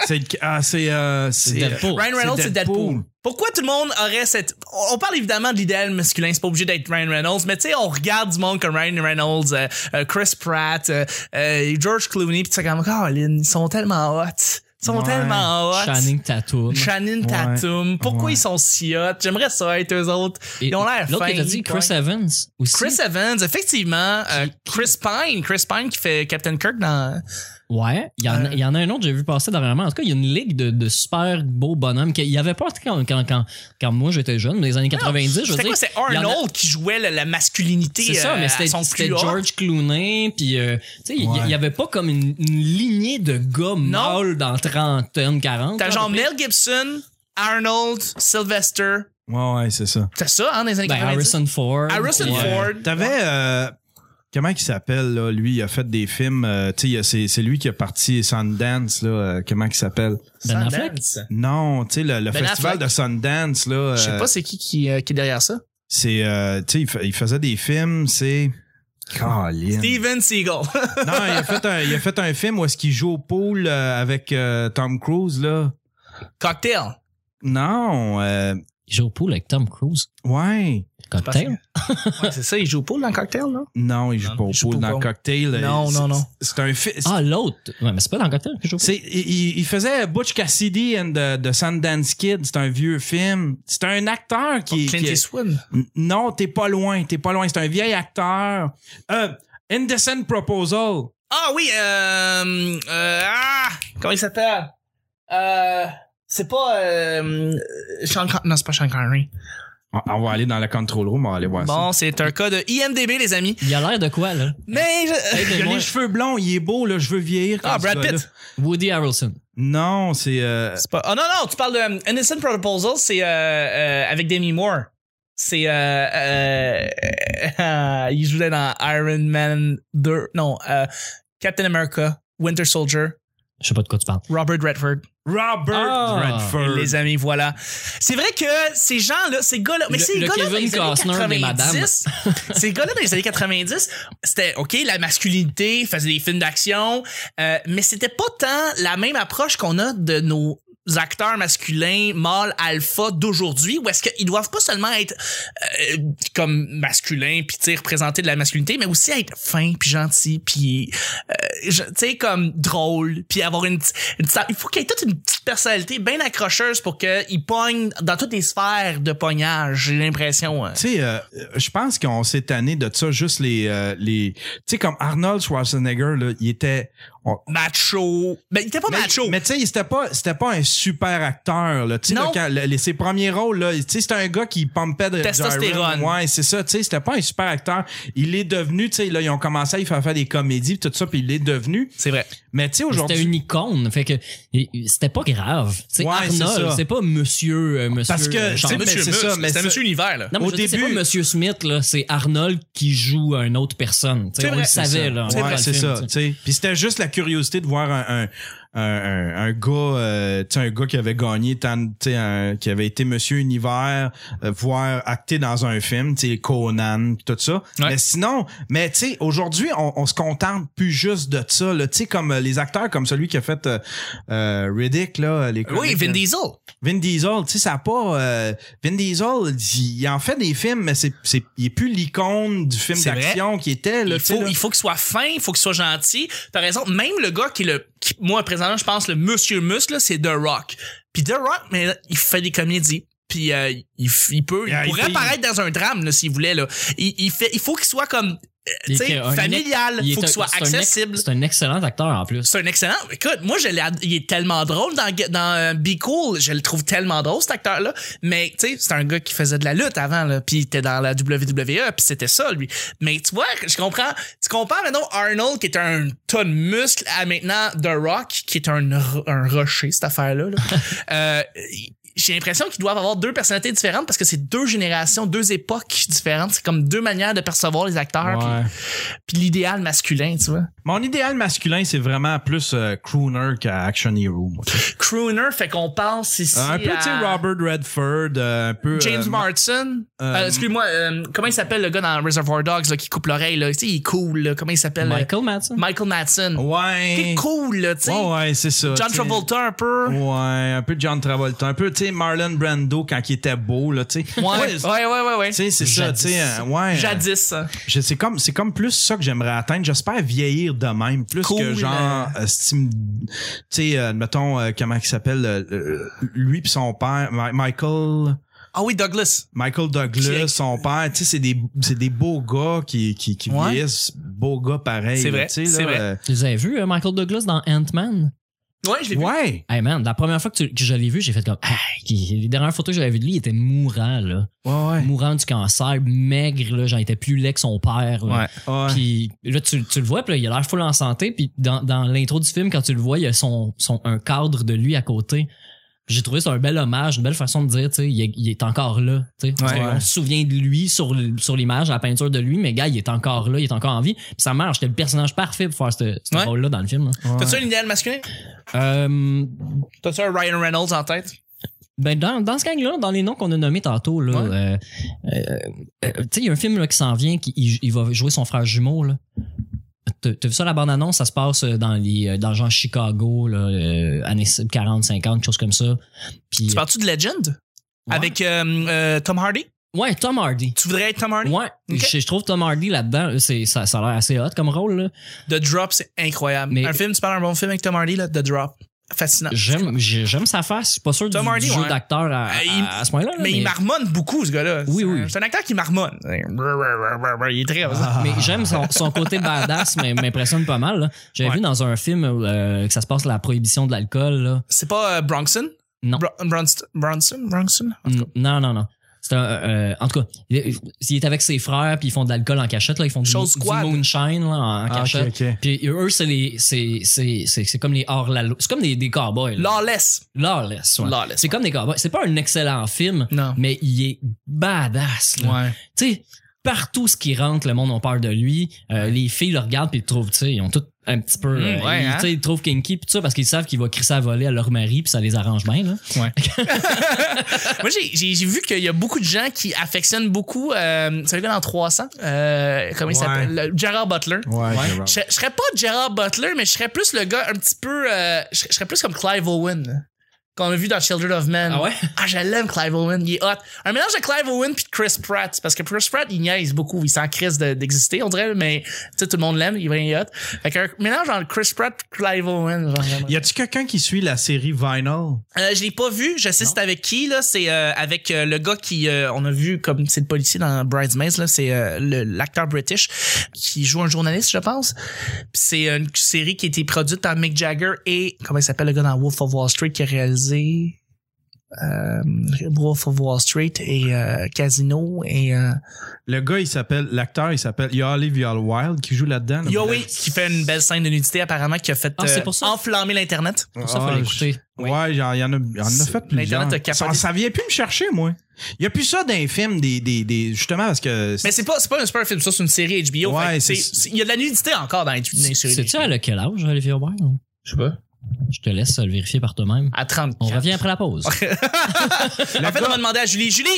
C: C'est, ah, c'est, euh, c'est,
A: Deadpool.
B: Ryan Reynolds,
C: C'est
B: c'est Deadpool.
C: Deadpool.
B: Pourquoi tout le monde aurait cette. On parle évidemment de l'idéal masculin, c'est pas obligé d'être Ryan Reynolds, mais tu sais, on regarde du monde comme Ryan Reynolds, euh, euh, Chris Pratt, euh, euh, George Clooney, pis tu sais, comme, Colin, ils sont tellement hot. Ils sont
C: Ouais.
B: tellement hot.
A: Shining Tattoo.
B: Shannon Tatum. Pourquoi
C: Ouais.
B: ils sont si hot? J'aimerais ça être eux autres. Ils ont l'air
A: L'autre
B: fins,
A: que t'as dit, Chris
B: ouais.
A: Evans aussi.
B: Chris E- Evans, effectivement, euh, Chris Pine, Chris Pine qui fait Captain Kirk dans.
A: Ouais, il y, en,
B: Euh.
A: il y en a un autre que j'ai vu passer dernièrement. En tout cas, il y a une ligue de, de super beaux bonhommes. qu'il- Il y avait pas quand, quand, quand, quand moi j'étais jeune, dans les années 90, je veux
B: C'était
A: dire.
B: quoi? C'est
A: il y en a-
B: Arnold qui jouait la, la masculinité.
A: C'est ça,
B: euh,
A: mais
B: à
A: c'était
B: son
A: c'était
B: plus haut.
A: George Clooney, puis euh, tu sais, il
C: Ouais.
A: y, y avait pas comme une, une lignée de gars mâles dans trentaine, quarante.
B: T'as
A: là, à
B: genre
A: peu près.
B: Mel Gibson, Arnold, Sylvester.
C: euh, Ouais, ouais, c'est ça.
B: T'as ça, hein, dans les années
A: Ben,
B: 90?
A: Harrison Ford.
B: Harrison
A: puis, euh,
B: Ford.
C: T'avais, euh, comment il s'appelle, là? Lui, il a fait des films, euh, tu sais, il a- c'est, c'est lui qui a parti Sundance, là. euh, comment il s'appelle?
A: Ben
B: Sundance.
A: Affleck.
C: Non, tu sais, le, le
B: Ben
C: festival
B: Affleck.
C: de Sundance, là.
B: Je sais
C: euh,
B: pas c'est qui qui, euh, qui est derrière ça.
C: C'est, euh, tu sais, il fa- il faisait des films, c'est. Colin.
B: Steven Seagal.
C: Non, il a fait un, il a fait un film où est-ce qu'il joue au pool euh, avec euh, Tom Cruise, là.
B: Cocktail.
C: Non, euh,
A: Il joue au pool avec Tom Cruise.
C: ouais.
A: Cocktail.
B: Ouais, c'est ça, il joue au pool dans Cocktail, non?
C: Non, il joue
B: Non,
C: pas au
B: il joue
C: pool
B: pas au
C: dans
B: pool.
C: Cocktail. euh,
B: Non,
C: C'est-
B: non, non.
C: C'est un film.
A: Ah, l'autre. Ouais, mais c'est pas dans Cocktail que je joue.
C: C'est, il, il- il faisait Butch Cassidy and the, the Sundance Kid. C'est un vieux film. C'est un acteur qui.
B: Clint
C: qui-
B: Eastwood.
C: non, t'es pas loin. T'es pas loin. C'est un vieil acteur. Euh, Indecent Proposal.
B: Ah oui, euh, euh, ah, comment il s'appelle? Euh, c'est pas, euh, Sean Con- non, c'est pas Sean Connery.
C: On, on va aller dans la control room. On va aller voir ça.
B: Bon, c'est un cas de IMDB, les amis.
A: Il a l'air de quoi, là?
B: Mais je-
C: Il a les cheveux blonds. Il est beau, là. Je veux vieillir. comme
B: Ah,
C: ce
B: Brad
C: gars-là.
B: Pitt.
A: Woody Harrelson.
C: Non, c'est. euh,
B: C'est pas. Oh non, non, tu parles de um, Innocent Proposal, c'est euh, euh, avec Demi Moore. C'est. Euh, euh, euh, il jouait dans Iron Man 2. Non, euh, Captain America, Winter Soldier,
A: Je sais pas de quoi tu parles.
B: Robert Redford.
C: Robert
A: Ah.
C: Redford.
B: Les amis, voilà. C'est vrai que ces gens-là, ces gars-là, mais
A: Le-
B: ces
A: le
B: gars-là dans
A: Kevin
B: les années
A: Costner des
B: 90, ces gars-là dans les années 90, c'était OK, la masculinité, faisaient des films d'action, euh, mais c'était pas tant la même approche qu'on a de nos acteurs masculins, mâles, alpha d'aujourd'hui, ou est-ce qu'ils doivent pas seulement être euh, comme masculins, puis tu sais, représenter de la masculinité, mais aussi être fins, puis gentils, puis euh, je- tu sais, comme drôles, puis avoir une, petite- une petite- Il faut qu'il y ait toute une petite personnalité bien accrocheuse pour qu'ils pognent dans toutes les sphères de pognage, j'ai l'impression. hein.
C: Tu sais, euh, je pense qu'on s'est tanné de ça, juste les. euh, les tu sais, comme Arnold Schwarzenegger, là, il était. on-
B: Macho. Ben, il était pas macho.
C: mais tu sais, il- c'était pas, c'était pas un super acteur. Là. Tu sais,
B: Non.
C: là, quand- le- les- ses premiers rôles, là, tu sais, c'était un gars qui pompait de de
B: Testostérone.
C: Iron. Ouais, c'est ça. Tu sais, c'était pas un super acteur. Il est devenu, tu sais, là, ils ont commencé à y faire faire des comédies, tout ça, puis il est devenu.
B: C'est vrai.
C: Mais tu sais,
A: C'était
C: aujourd'hui,
A: une icône, fait que et- c'était pas grave. Tu sais,
C: Ouais, c'est
A: Arnold,
C: ça.
A: c'est pas Monsieur, euh, Monsieur.
C: Parce que,
A: euh,
C: tu sais,
A: Charles-
C: mais c'est ça, mais
B: c'est
C: ça-
B: Monsieur Univers, là.
A: Non, mais
C: au
A: je veux dire, c'est
C: début-
A: pas Monsieur Smith là, c'est Arnold qui joue une autre personne. Tu sais,
B: C'est
A: on
B: vrai,
A: le
B: c'est
A: savait
C: ça.
A: là. en voyant
C: Ah, Ouais,
A: le
C: c'est
A: film, tu
C: ça.
A: sais.
C: tu sais. Puis c'était juste la curiosité de voir un, un, un, un- un gars, euh, tu sais, un gars qui avait gagné, tant, tu sais, un- qui avait été Monsieur Univers, euh, voir acter dans un film, tu sais, Conan, puis tout ça.
B: Ouais.
C: Mais sinon, mais tu sais, aujourd'hui, on, on se contente plus juste de ça. là. Tu sais, comme euh, les acteurs, comme celui qui a fait euh, euh, Riddick, là, les euh,
B: Oui, Vin Diesel.
C: Vin Diesel, tu sais, ça a pas. euh, Vin Diesel, il, il en fait des films, mais c'est, c'est, il est plus l'icône du film
B: C'est vrai.
C: d'action qui était. Là,
B: il
C: tu sais,
B: faut,
C: là.
B: il faut qu'il soit fin, il faut qu'il soit gentil. T'as raison, même le gars qui est le, qui, moi, présentement, je pense, le monsieur muscle, là, c'est The Rock. Puis The Rock, mais là, il fait des comédies. Puis euh, il, f- il peut, Ah, il
C: Yeah, il
B: pourrait
C: fait-
B: apparaître dans un drame, là, s'il voulait, là. Il, il fait, il faut qu'il soit comme, euh,
A: Il
B: tu sais,
A: était un
B: familial.
A: ex-
B: Il
A: est
B: faut
A: un-
B: qu'il soit
A: c'est un ex-
B: accessible.
A: C'est un excellent acteur en plus.
B: C'est un excellent. Écoute, moi, je l'ai ad- il est tellement drôle dans, dans euh, Be Cool. Je le trouve tellement drôle, cet acteur-là. Mais, tu sais, c'est un gars qui faisait de la lutte avant, là. Puis il était dans la WWE, puis c'était ça, lui. Mais tu vois, je comprends. Tu compares maintenant Arnold, qui est un ton de muscles, à maintenant The Rock, qui est un, ro- un rocher, cette affaire-là. là. Euh, j'ai l'impression qu'ils doivent avoir deux personnalités différentes parce que c'est deux générations, deux époques différentes. C'est comme deux manières de percevoir les acteurs.
C: Ouais.
B: puis- Puis l'idéal masculin, tu vois.
C: Mon idéal masculin, c'est vraiment plus euh, crooner qu'action hero. moi.
B: crooner, fait qu'on pense ici
C: un peu,
B: à
C: tu sais, Robert Redford, euh, un peu.
B: euh, James
C: euh,
B: Martin.
C: euh,
B: Euh, Excuse-moi, euh, comment il s'appelle le gars dans Reservoir Dogs là, qui coupe l'oreille? là? Tu sais, il est cool. Là. Comment il s'appelle? euh,
A: Michael Madsen.
B: Michael Madsen. Il
C: Ouais.
B: est cool, là, tu sais.
C: Ouais, ouais, c'est ça.
B: John
C: tu sais.
B: Travolta un peu. Ouais,
C: Ouais, un peu John Travolta. Un peu, tu sais, Marlon Brando quand il était beau, là, tu sais.
B: ouais, ouais, ouais. ouais.
C: Tu sais, c'est ça, tu
A: Jadis.
C: sais. euh, Ouais. euh,
B: Jadis. hein.
C: je- C'est comme, c'est comme plus ça que j'aimerais atteindre. J'espère vieillir de même. Plus
B: Cool,
C: que genre, euh, Steam- tu sais, euh, mettons, euh, comment il s'appelle, euh, euh, lui puis son père, Mi- Michael.
B: Ah oui, Douglas.
C: Michael Douglas,
B: Qui-
C: son père, tu sais, c'est des, c'est des beaux gars qui, qui, qui
B: Ouais.
C: vieillissent, beaux gars pareils.
B: C'est vrai,
C: là, tu sais,
B: c'est
C: là,
B: vrai.
C: euh,
A: Tu les avais vus, euh, Michael Douglas dans Ant-Man?
B: Ouais, je l'ai vu.
C: Ouais,
A: Hey man, la première fois que, tu- que je l'ai vu, j'ai fait comme, ah, les dernières photos que j'avais vues de lui, il était mourant, là.
C: ouais, ouais.
A: Mourant du cancer, maigre, là. J'en étais plus laid que son père, là.
B: Ouais.
C: ouais.
A: Puis là, tu, tu le vois, puis là, il a l'air full en santé. Puis dans, dans l'intro du film, quand tu le vois, il y a son, son, un cadre de lui à côté. J'ai trouvé ça un bel hommage, une belle façon de dire, tu sais, il, est- il est encore là. tu sais. Parce
C: Ouais.
A: qu'on se souvient de lui sur, l- sur l'image, la peinture de lui, mais gars, il est encore là, il est encore en vie. Puis ça marche, c'était le personnage parfait pour faire ce, ce
B: Ouais.
A: rôle-là dans le film. là.
C: ouais.
B: T'as-tu un idéal masculin?
A: Euh,
B: T'as-tu un Ryan Reynolds en tête?
A: ben dans, dans ce gang-là, dans les noms qu'on a nommés tantôt, là, euh, euh, euh, tu sais, il y a un film là, qui s'en vient, qui il, il va jouer son frère jumeau. Là. T'as t'as vu ça, la bande-annonce, ça se passe euh, dans les euh, dans genre Chicago, là, euh, années 40, 50, choses comme ça. Puis,
B: Tu parles-tu de Legend?
A: Ouais.
B: Avec euh, euh, Tom Hardy?
A: ouais, Tom Hardy.
B: Tu voudrais être Tom Hardy?
A: Ouais,
B: Ok.
A: je, je trouve Tom Hardy là-dedans, c'est- ça, ça a l'air assez hot comme rôle. là.
B: The Drop, c'est incroyable.
A: Mais-
B: Un film, tu parles d'un bon film avec Tom Hardy, là? The Drop. Fascinant.
A: J'aime j'ai- j'aime sa face, je suis pas sûr
B: Tom
A: du,
B: Hardy,
A: du jeu
B: ouais.
A: d'acteur à,
B: Euh, il-
A: Ah, à- à ce point-là. là,
B: Mais il marmonne beaucoup, ce gars-là.
A: Oui,
B: C'est
A: oui. Ah.
B: un- C'est un acteur qui marmonne. Il est très.
A: Mais j'aime son, son côté badass, mais m'impressionne pas mal. là. J'avais
B: Ouais.
A: vu dans un film euh, que ça se passe la prohibition de l'alcool. là.
B: C'est pas euh, Bronson?
A: Non.
B: Bro- Bronst- Bronson? Bronson?
A: Mm, Non, non, non. C'est un, euh, en tout cas, il est, il est avec ses frères, puis ils font de l'alcool en cachette. Là, ils font du,
B: Chose
A: du
B: squad.
A: moonshine là, en, en
C: Ah, ok,
A: cachette.
C: ok.
A: Puis eux, c'est les- c'est- c'est c'est- c'est comme les hors la C'est comme des, des cowboys. là.
B: Lawless.
A: Lawless, ouais.
B: Lawless.
A: C'est comme des cowboys. C'est pas un excellent film,
B: Non.
A: mais il est badass. là.
B: Ouais.
A: tu sais, partout ce qui rentre, le monde on parle de lui. Euh, les filles le regardent puis ils trouvent, tu sais, ils ont tout un petit peu, euh,
B: Mm, ouais,
A: ils,
B: hein?
A: tu sais, ils trouvent kinky puis tout ça parce qu'ils savent qu'il va crisser à voler à leur mari puis ça les arrange bien là.
B: Moi, j'ai- j'ai j'ai vu qu'il y a beaucoup de gens qui affectionnent beaucoup. Euh, c'est le gars dans 300. Euh, comment il
C: Ouais.
B: s'appelle? Le- Gerard Butler.
C: Ouais,
A: Ouais.
B: Je, je serais pas Gerard Butler, mais je serais plus le gars un petit peu. euh, je, je serais plus comme Clive Owen. qu'on a vu dans Children of Men.
A: Ah ouais?
B: Ah, je l'aime, Clive Owen. Il est hot. Un mélange de Clive Owen puis de Chris Pratt. Parce que Chris Pratt, il niaise beaucoup. Il s'en crise de- d'exister, on dirait, mais tu sais, tout le monde l'aime. Il est vraiment hot. Fait qu'un mélange entre Chris Pratt et Clive Owen. Genre, vraiment.
C: Y a-tu quelqu'un qui suit la série Vinyl?
B: Euh, je l'ai pas vu. Je sais
A: Non.
B: c'est avec qui là. C'est euh, avec euh, le gars qui euh, on a vu comme c'est le policier dans Bridesmaids là. C'est euh, le- l'acteur british qui joue un journaliste, je pense. Puis c'est une série qui a été produite par Mick Jagger et comment il s'appelle le gars dans Wolf of Wall Street qui a réalisé euh, Wolf of Wall Street et euh, Casino et euh,
C: Le gars, il s'appelle, l'acteur, il s'appelle Yali Vial Wild qui joue là-dedans. là.
B: Yoey qui fait une belle scène de nudité apparemment qui a fait
A: Ah, c'est
B: euh,
A: pour ça?
B: enflammer l'internet.
A: Pour ça,
C: Ah,
A: faut l'écouter.
C: je- Ouais, j'en- il y en a, il y en a
B: C'est-
C: fait plusieurs.
B: l'Internet a capoté.
C: Ça, ça vient plus me chercher, moi. Il y a plus ça dans les films, des, des, des- justement, parce que.
B: Mais c'est pas c'est pas un super film ça c'est une série HBO.
C: Ouais,
B: Fait que
C: c'est-
B: c'est- c'est- il y a de la nudité encore dans les, dans les séries.
A: Sais-tu à le- quel âge, euh, Olivier Aubert?
B: Je sais pas.
A: Je te laisse le vérifier par toi-même.
B: À 30.
A: On revient après la pause.
B: En fait, on va demander à Julie. Julie!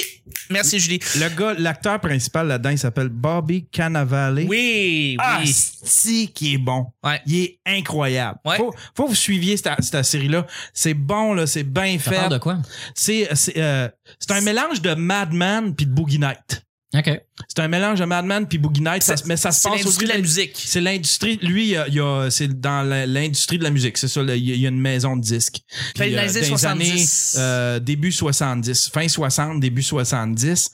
B: Merci, Julie.
C: Le gars, l'acteur principal là-dedans, il s'appelle Bobby Cannavale.
B: Oui,
C: Ah,
B: oui.
C: c'est qui est bon.
B: Ouais.
C: Il est incroyable.
B: Ouais.
C: Faut, faut que vous suiviez cette, cette série-là. C'est bon, là, c'est bien
A: Ça
C: fait.
A: parle de quoi?
C: C'est, c'est, euh, c'est un mélange de Madman puis de Boogie Night.
A: OK. Euh,
C: C'est un mélange de Madman puis Boogie Night, ça, se- mais ça se
B: C'est
C: passe
B: l'industrie
C: au-dessus
B: de la
C: de-
B: musique.
C: C'est l'industrie. Lui, il y a- il y a- c'est dans la- l'industrie de la musique. C'est ça. là, Il y a- il y a une maison de disques. euh,
B: Fait dans les années
C: dans
B: 70.
C: années, euh, début 70, fin 60, début 70.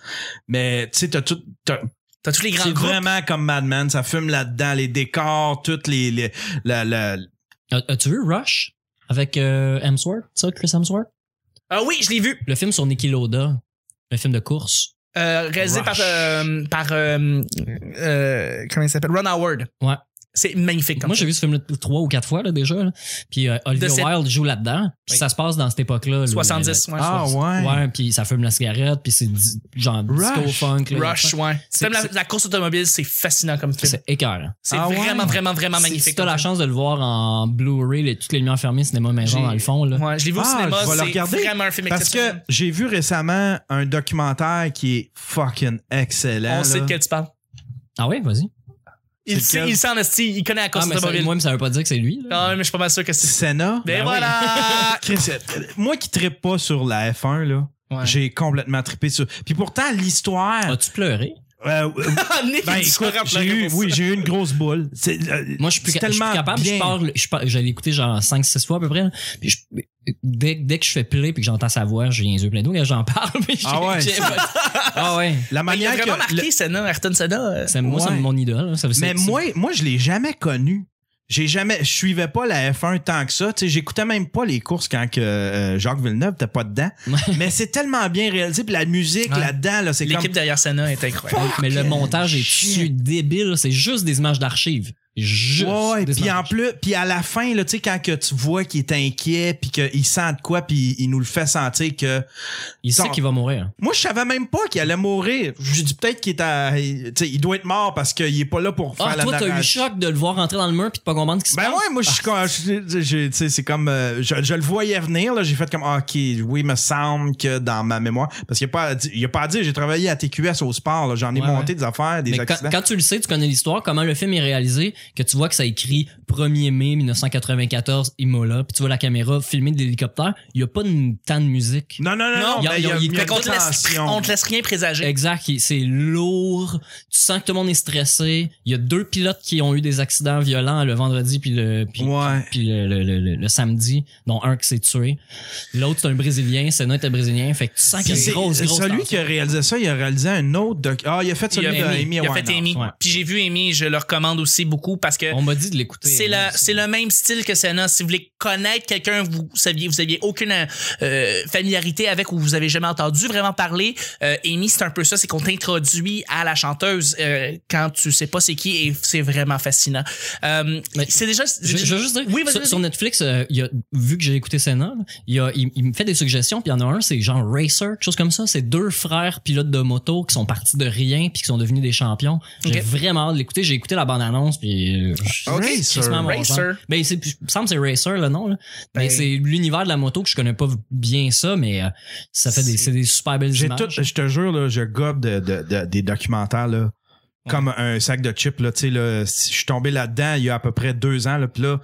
C: Mais tu sais, t'as tout. t'as-
B: T'as tous les grands
C: C'est
B: groupes.
C: vraiment comme Mad Men. Ça fume là-dedans, les décors, toutes les. les- la- la-
A: As- As-tu vu Rush avec euh, Hemsworth, ça, Chris Hemsworth?
B: Ah oui, je l'ai vu.
A: Le film sur Niki Loda, le film de course.
B: Euh, réalisé
C: Rush.
B: par, euh, par euh, euh, comment il s'appelle? Ron Howard.
A: Ouais.
B: C'est magnifique. Comme
A: Moi, j'ai vu ce film trois ou quatre fois là, déjà. là. Puis euh, Olivier
B: De cette-
A: Wilde joue là-dedans. Puis
B: Oui.
A: ça se passe dans cette époque-là. là,
B: 70,
A: le-
B: ouais.
C: Ah ouais.
A: Ouais, puis ça fume la cigarette, puis c'est di- genre disco
C: Rush.
A: funk. là,
B: Rush,
A: la-
B: ouais. C'est
A: C'est-
B: comme la, la course automobile, c'est fascinant comme film.
A: C'est écœurant.
B: C'est
C: Ah ouais.
B: vraiment, vraiment, vraiment
A: Si-
B: magnifique.
A: Si t'as
B: comme
A: la
B: film.
A: chance de le voir en Blu-ray, les- toutes les lumières fermées, cinéma maison
B: J'ai-
A: dans le fond. Là.
B: Ouais, je l'ai vu au
C: Ah,
B: cinéma.
C: je vais le
B: C'est
C: regarder.
B: vraiment un film
C: Parce que
B: exceptionnel.
C: j'ai vu récemment un documentaire qui est fucking excellent.
B: On
C: là.
B: sait de quel tu parles.
A: Ah ouais, vas-y.
B: Il
C: C'est
B: sait-
C: lequel?
B: il s'en esti, il connaît la course
A: Ah, mais ça-
B: automobile.
A: moi, mais ça veut pas dire que c'est lui. là.
B: Ah, mais je suis pas mal sûr que c'est.
C: Senna.
B: Mais
A: Ben
B: voilà!
C: Chris, euh, moi qui trippe pas sur la F1, là,
B: Ouais.
C: j'ai complètement trippé sur. Puis pourtant,
B: Ah.
C: l'histoire.
A: As-tu pleuré?
C: euh, euh,
B: Nick,
C: ben,
B: il se
C: écoute,
B: fera
C: j'ai
B: pleurer
C: eu,
B: pour ça.
C: oui, j'ai eu une grosse boule. C'est, euh,
A: Moi, je suis plus,
C: c'est
A: ca- je suis plus capable.
C: bien.
A: Je parle, je parle, je l'ai écouté genre 5-6 fois à peu près. là. Puis je- dès, dès que je fais play puis que j'entends sa voix, j'ai les yeux pleins d'eau. Là, j'en parle. mais j'ai-
C: Ah ouais.
A: j'ai- ah ouais.
C: La
B: Mais il
C: manière
B: a vraiment
C: que.
B: marqué Senna, Ayrton Senna. euh,
A: C'est, moi, c'est
C: Ouais.
A: mon idole. là. Ça veut-
C: Mais
A: c'est-
C: moi, moi, je l'ai jamais connu. J'ai jamais, je suivais pas la F1 tant que ça. Tu sais, j'écoutais même pas les courses quand que euh, Jacques Villeneuve t'es pas dedans.
A: Ouais.
C: Mais c'est tellement bien réalisé, puis la musique
B: Ouais.
C: là-dedans, là, c'est comme.
B: L'équipe derrière Senna est incroyable.
A: c'est- Mais le montage est
C: shit.
A: tu débile. C'est juste des images d'archives. Juste.
C: Ouais, ouais,
A: des
C: puis en
A: images.
C: plus, puis à la fin là, tu sais quand que tu vois qu'il est inquiet, puis qu'il sent de quoi, puis il nous le fait sentir que
A: Il sait
C: Son-
A: qu'il va mourir.
C: moi je savais même pas qu'il allait mourir. J'ai dit peut-être qu'il est à... tu sais il doit être mort parce qu'il est pas là pour faire
A: Ah,
C: la
A: toi, t'as eu le
C: narration.
A: choc de le voir rentrer dans le mur puis de pas comprendre ce qui se
C: Ben
A: passe.
C: ouais, moi je suis con- je- je- tu sais, c'est comme euh, je, je le voyais venir là, j'ai fait comme ah, OK, oui, me semble que dans ma mémoire parce qu'il y a pas à di- il y a pas à dire, j'ai travaillé à TQS au sport, là, j'en ai
A: Ouais,
C: monté
A: ouais.
C: des affaires, des
A: Mais quand,
C: accidents.
A: quand tu le sais, tu connais l'histoire, comment le film est réalisé, que tu vois que ça écrit 1er mai 1994, Imola, puis tu vois la caméra filmer de l'hélicoptère, il y a pas de tant de musique.
C: Non non non,
B: Non,
C: non,
A: y a-
C: mais il y a,
A: y a-
C: il y a
B: Fait qu'on
C: une
B: te laisse,
C: tension.
B: on te laisse rien présager.
A: Exact, il- c'est lourd, tu sens que tout le monde est stressé, il y a deux pilotes qui ont eu des accidents violents le vendredi puis le puis,
C: Ouais.
A: puis le, le- le- le- le samedi, dont un qui s'est tué, l'autre c'est un brésilien, Senna était brésilien, fait que tu sens qu'il y a
C: C'est-
A: une grosse grosse
C: celui
A: tension.
C: qui a réalisé ça, il a réalisé un autre doc. Ah, il a fait
B: Il
C: celui
B: a,
C: de Amy
B: il a fait
C: Winehouse,
B: Amy.
C: ouais.
B: Puis j'ai vu Amy, je le recommande aussi beaucoup parce que
A: on m'a dit de l'écouter.
B: c'est
A: hein,
B: la-
A: ça.
B: c'est le même style que Senna. Si vous voulez connaître quelqu'un, vous saviez, vous aviez aucune euh, familiarité avec ou vous avez jamais entendu vraiment parler, euh, Amy, c'est un peu ça, c'est qu'on t'introduit à la chanteuse euh, quand tu sais pas c'est qui et c'est vraiment fascinant. Euh,
A: Mais-
B: c'est déjà.
A: Je, je veux juste dire,
B: Oui, vas-y,
A: sur,
B: vas-y.
A: sur Netflix, euh, il y a, vu que j'ai écouté Senna, là, il, y a- il- il me fait des suggestions, puis il y en a un, c'est genre Racer, quelque chose comme ça. C'est deux frères pilotes de moto qui sont partis de rien, puis qui sont devenus des champions. J'ai
B: Ok.
A: vraiment hâte de l'écouter. J'ai écouté la bande-annonce, puis... euh, je-
C: Ok,
A: c'est
C: sir.
A: quasiment mon genre.
B: Racer.
A: Ben, c'est- il me semble que c'est Racer, le nom. Là.
B: Ben-
A: Mais c'est l'univers de la moto que je connais pas bien ça, mais euh, ça fait des,
B: C'est-
A: c'est des super belles
C: J'ai
A: images. Ben,
C: tout, je te jure, là, je gobe de, de- de- des documentaires, là. Comme un sac de chips, là, tu sais, là, si je suis tombé là-dedans il y a à peu près deux ans, là, puis là,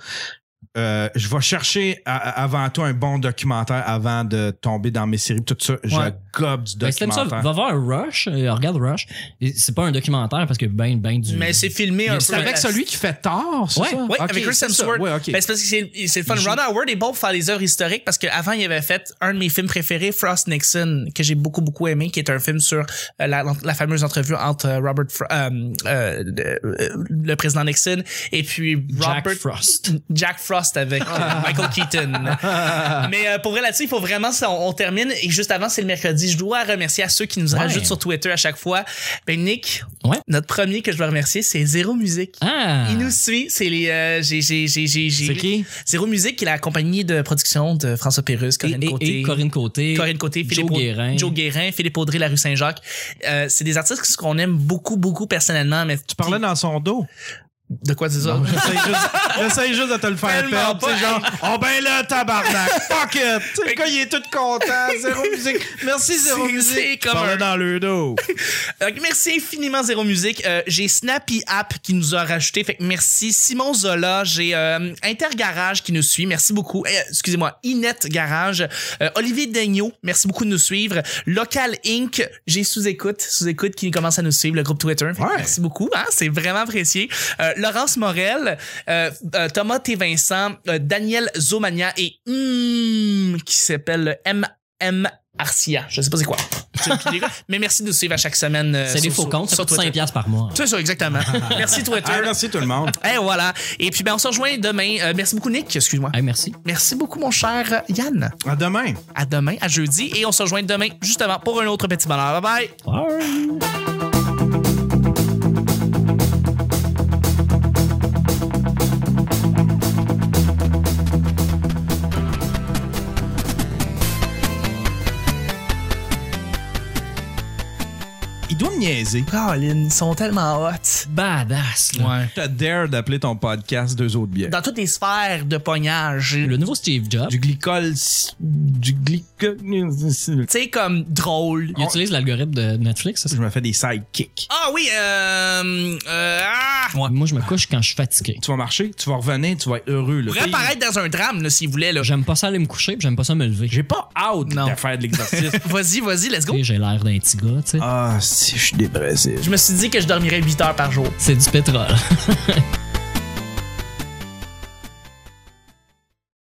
C: euh, je vais chercher à- à- avant tout un bon documentaire avant de tomber dans mes séries, tout ça. Je
B: Ouais.
C: gobe du
A: Ben, si t'aimes ça,
C: documentaire.
A: va voir Rush, euh, regarde Rush. Et C'est pas un documentaire parce que ben, ben du.
B: Mais c'est filmé un peu.
C: c'est avec celui qui fait tard, c'est
A: Ouais,
C: ça?
B: Oui,
C: Ok,
B: avec Chris
C: c'est ça.
B: Hemsworth.
C: Ouais, ok.
B: Ben, c'est parce que c'est c'est le fun. Ron Howard est bon pour faire les œuvres historiques parce qu'avant, il avait fait un de mes films préférés, Frost Nixon, que j'ai beaucoup, beaucoup aimé, qui est un film sur euh, la, la fameuse entrevue entre euh, Robert, Fro- euh, euh, le, euh, le président Nixon et puis
A: Jack
B: Robert,
A: Frost.
B: Jack Frost avec euh, Michael Keaton. Mais euh, pour vrai là-dessus, il faut vraiment on, on termine et juste avant c'est le mercredi. Je dois remercier à ceux qui nous
A: Ouais.
B: rajoutent sur Twitter à chaque fois. Ben Nick,
A: Ouais.
B: notre premier que je dois remercier, c'est Zéro Musique.
A: Ah!
B: Il nous suit, c'est les euh, j'ai j'ai j'ai j'ai j'ai-
C: C'est qui?
B: Zéro Musique, qui est la compagnie de production de François Pérus,
A: Et-
B: Corinne
A: et-
B: Côté.
A: et Corinne Côté.
B: Corinne Côté,
A: Joe
B: Philippe Aud-
A: Guérin.
B: Joe Guérin, Philippe Audrey, La Rue Saint-Jacques. Euh, c'est des artistes qu'on aime beaucoup, beaucoup personnellement, mais
C: Tu parlais dans son dos.
B: de quoi tu dis ça?
C: J'essaie juste, j'essaie juste de te le faire
B: Tellement
C: perdre.
B: pas.
C: C'est genre, oh ben là, tabarnak, fuck it. Tu sais, Le gars, il est tout content. Zéro musique. Merci, zéro
B: C'est-
C: musique.
B: c'est
C: Tu
B: comme
C: parlais
B: un-
C: dans le dos.
B: Donc, Euh, merci infiniment Zéro Musique. Euh, j'ai Snappy App qui nous a rajouté. Fait que merci Simon Zola. J'ai euh, Intergarage qui nous suit. Merci beaucoup. Eh, excusez-moi, Inet Garage. Euh, Olivier Daigneault, merci beaucoup de nous suivre. Local Inc. J'ai sous-écoute, sous-écoute qui commence à nous suivre, le groupe Twitter. Fait que
C: Ouais.
B: Merci beaucoup. hein, c'est vraiment apprécié. Euh, Laurence Morel, euh, euh, Thomas T. Vincent, euh, Daniel Zomania et hmm, qui s'appelle M. M. Arcia. Je sais pas c'est quoi. Mais merci de nous suivre à chaque semaine. euh,
A: C'est des
B: sur-
A: faux
B: sur-
A: comptes, ça
B: sur
A: coûte
B: Twitter.
A: 5$ par mois.
B: C'est ça, exactement. merci Twitter.
C: Ah, merci tout le monde.
B: Et voilà. Et puis, ben, on se rejoint demain. Euh, merci beaucoup, Nick. Excuse-moi.
A: Ah, merci.
B: Merci beaucoup, mon cher euh, Yann.
C: À demain.
B: À demain, à jeudi. Et on se rejoint demain, juste avant, pour un autre petit bonheur. Bye bye.
A: Bye.
C: Il doit me niaiser.
B: Caroline, ils sont tellement hot.
A: Badass, là.
B: Ouais.
C: Je te dare d'appeler ton podcast deux autres bières.
B: Dans toutes les sphères de pognage.
A: Le nouveau Steve Jobs,
C: Du glycol. Du glycol. Je
B: Tu sais, comme drôle.
A: il utilise l'algorithme de Netflix, c'est ça?
C: me fais des sidekicks.
B: Ah oui, euh. euh ah!
A: Moi, je me couche quand je suis fatigué.
C: Tu vas marcher, tu vas revenir, tu vas être heureux. Là.
B: Il pourrait paraître dans un drame, là, s'il voulait, là.
A: J'aime pas ça aller me coucher, puis j'aime pas ça me lever.
C: J'ai pas hâte
B: Non.
C: de faire de l'exercice.
B: Vas-y, vas-y, let's go.
A: Tu sais, J'ai l'air d'un petit gars, tu sais.
C: ah, si je suis dépressif.
B: Je me suis dit que je dormirais 8 heures par jour.
A: C'est du pétrole.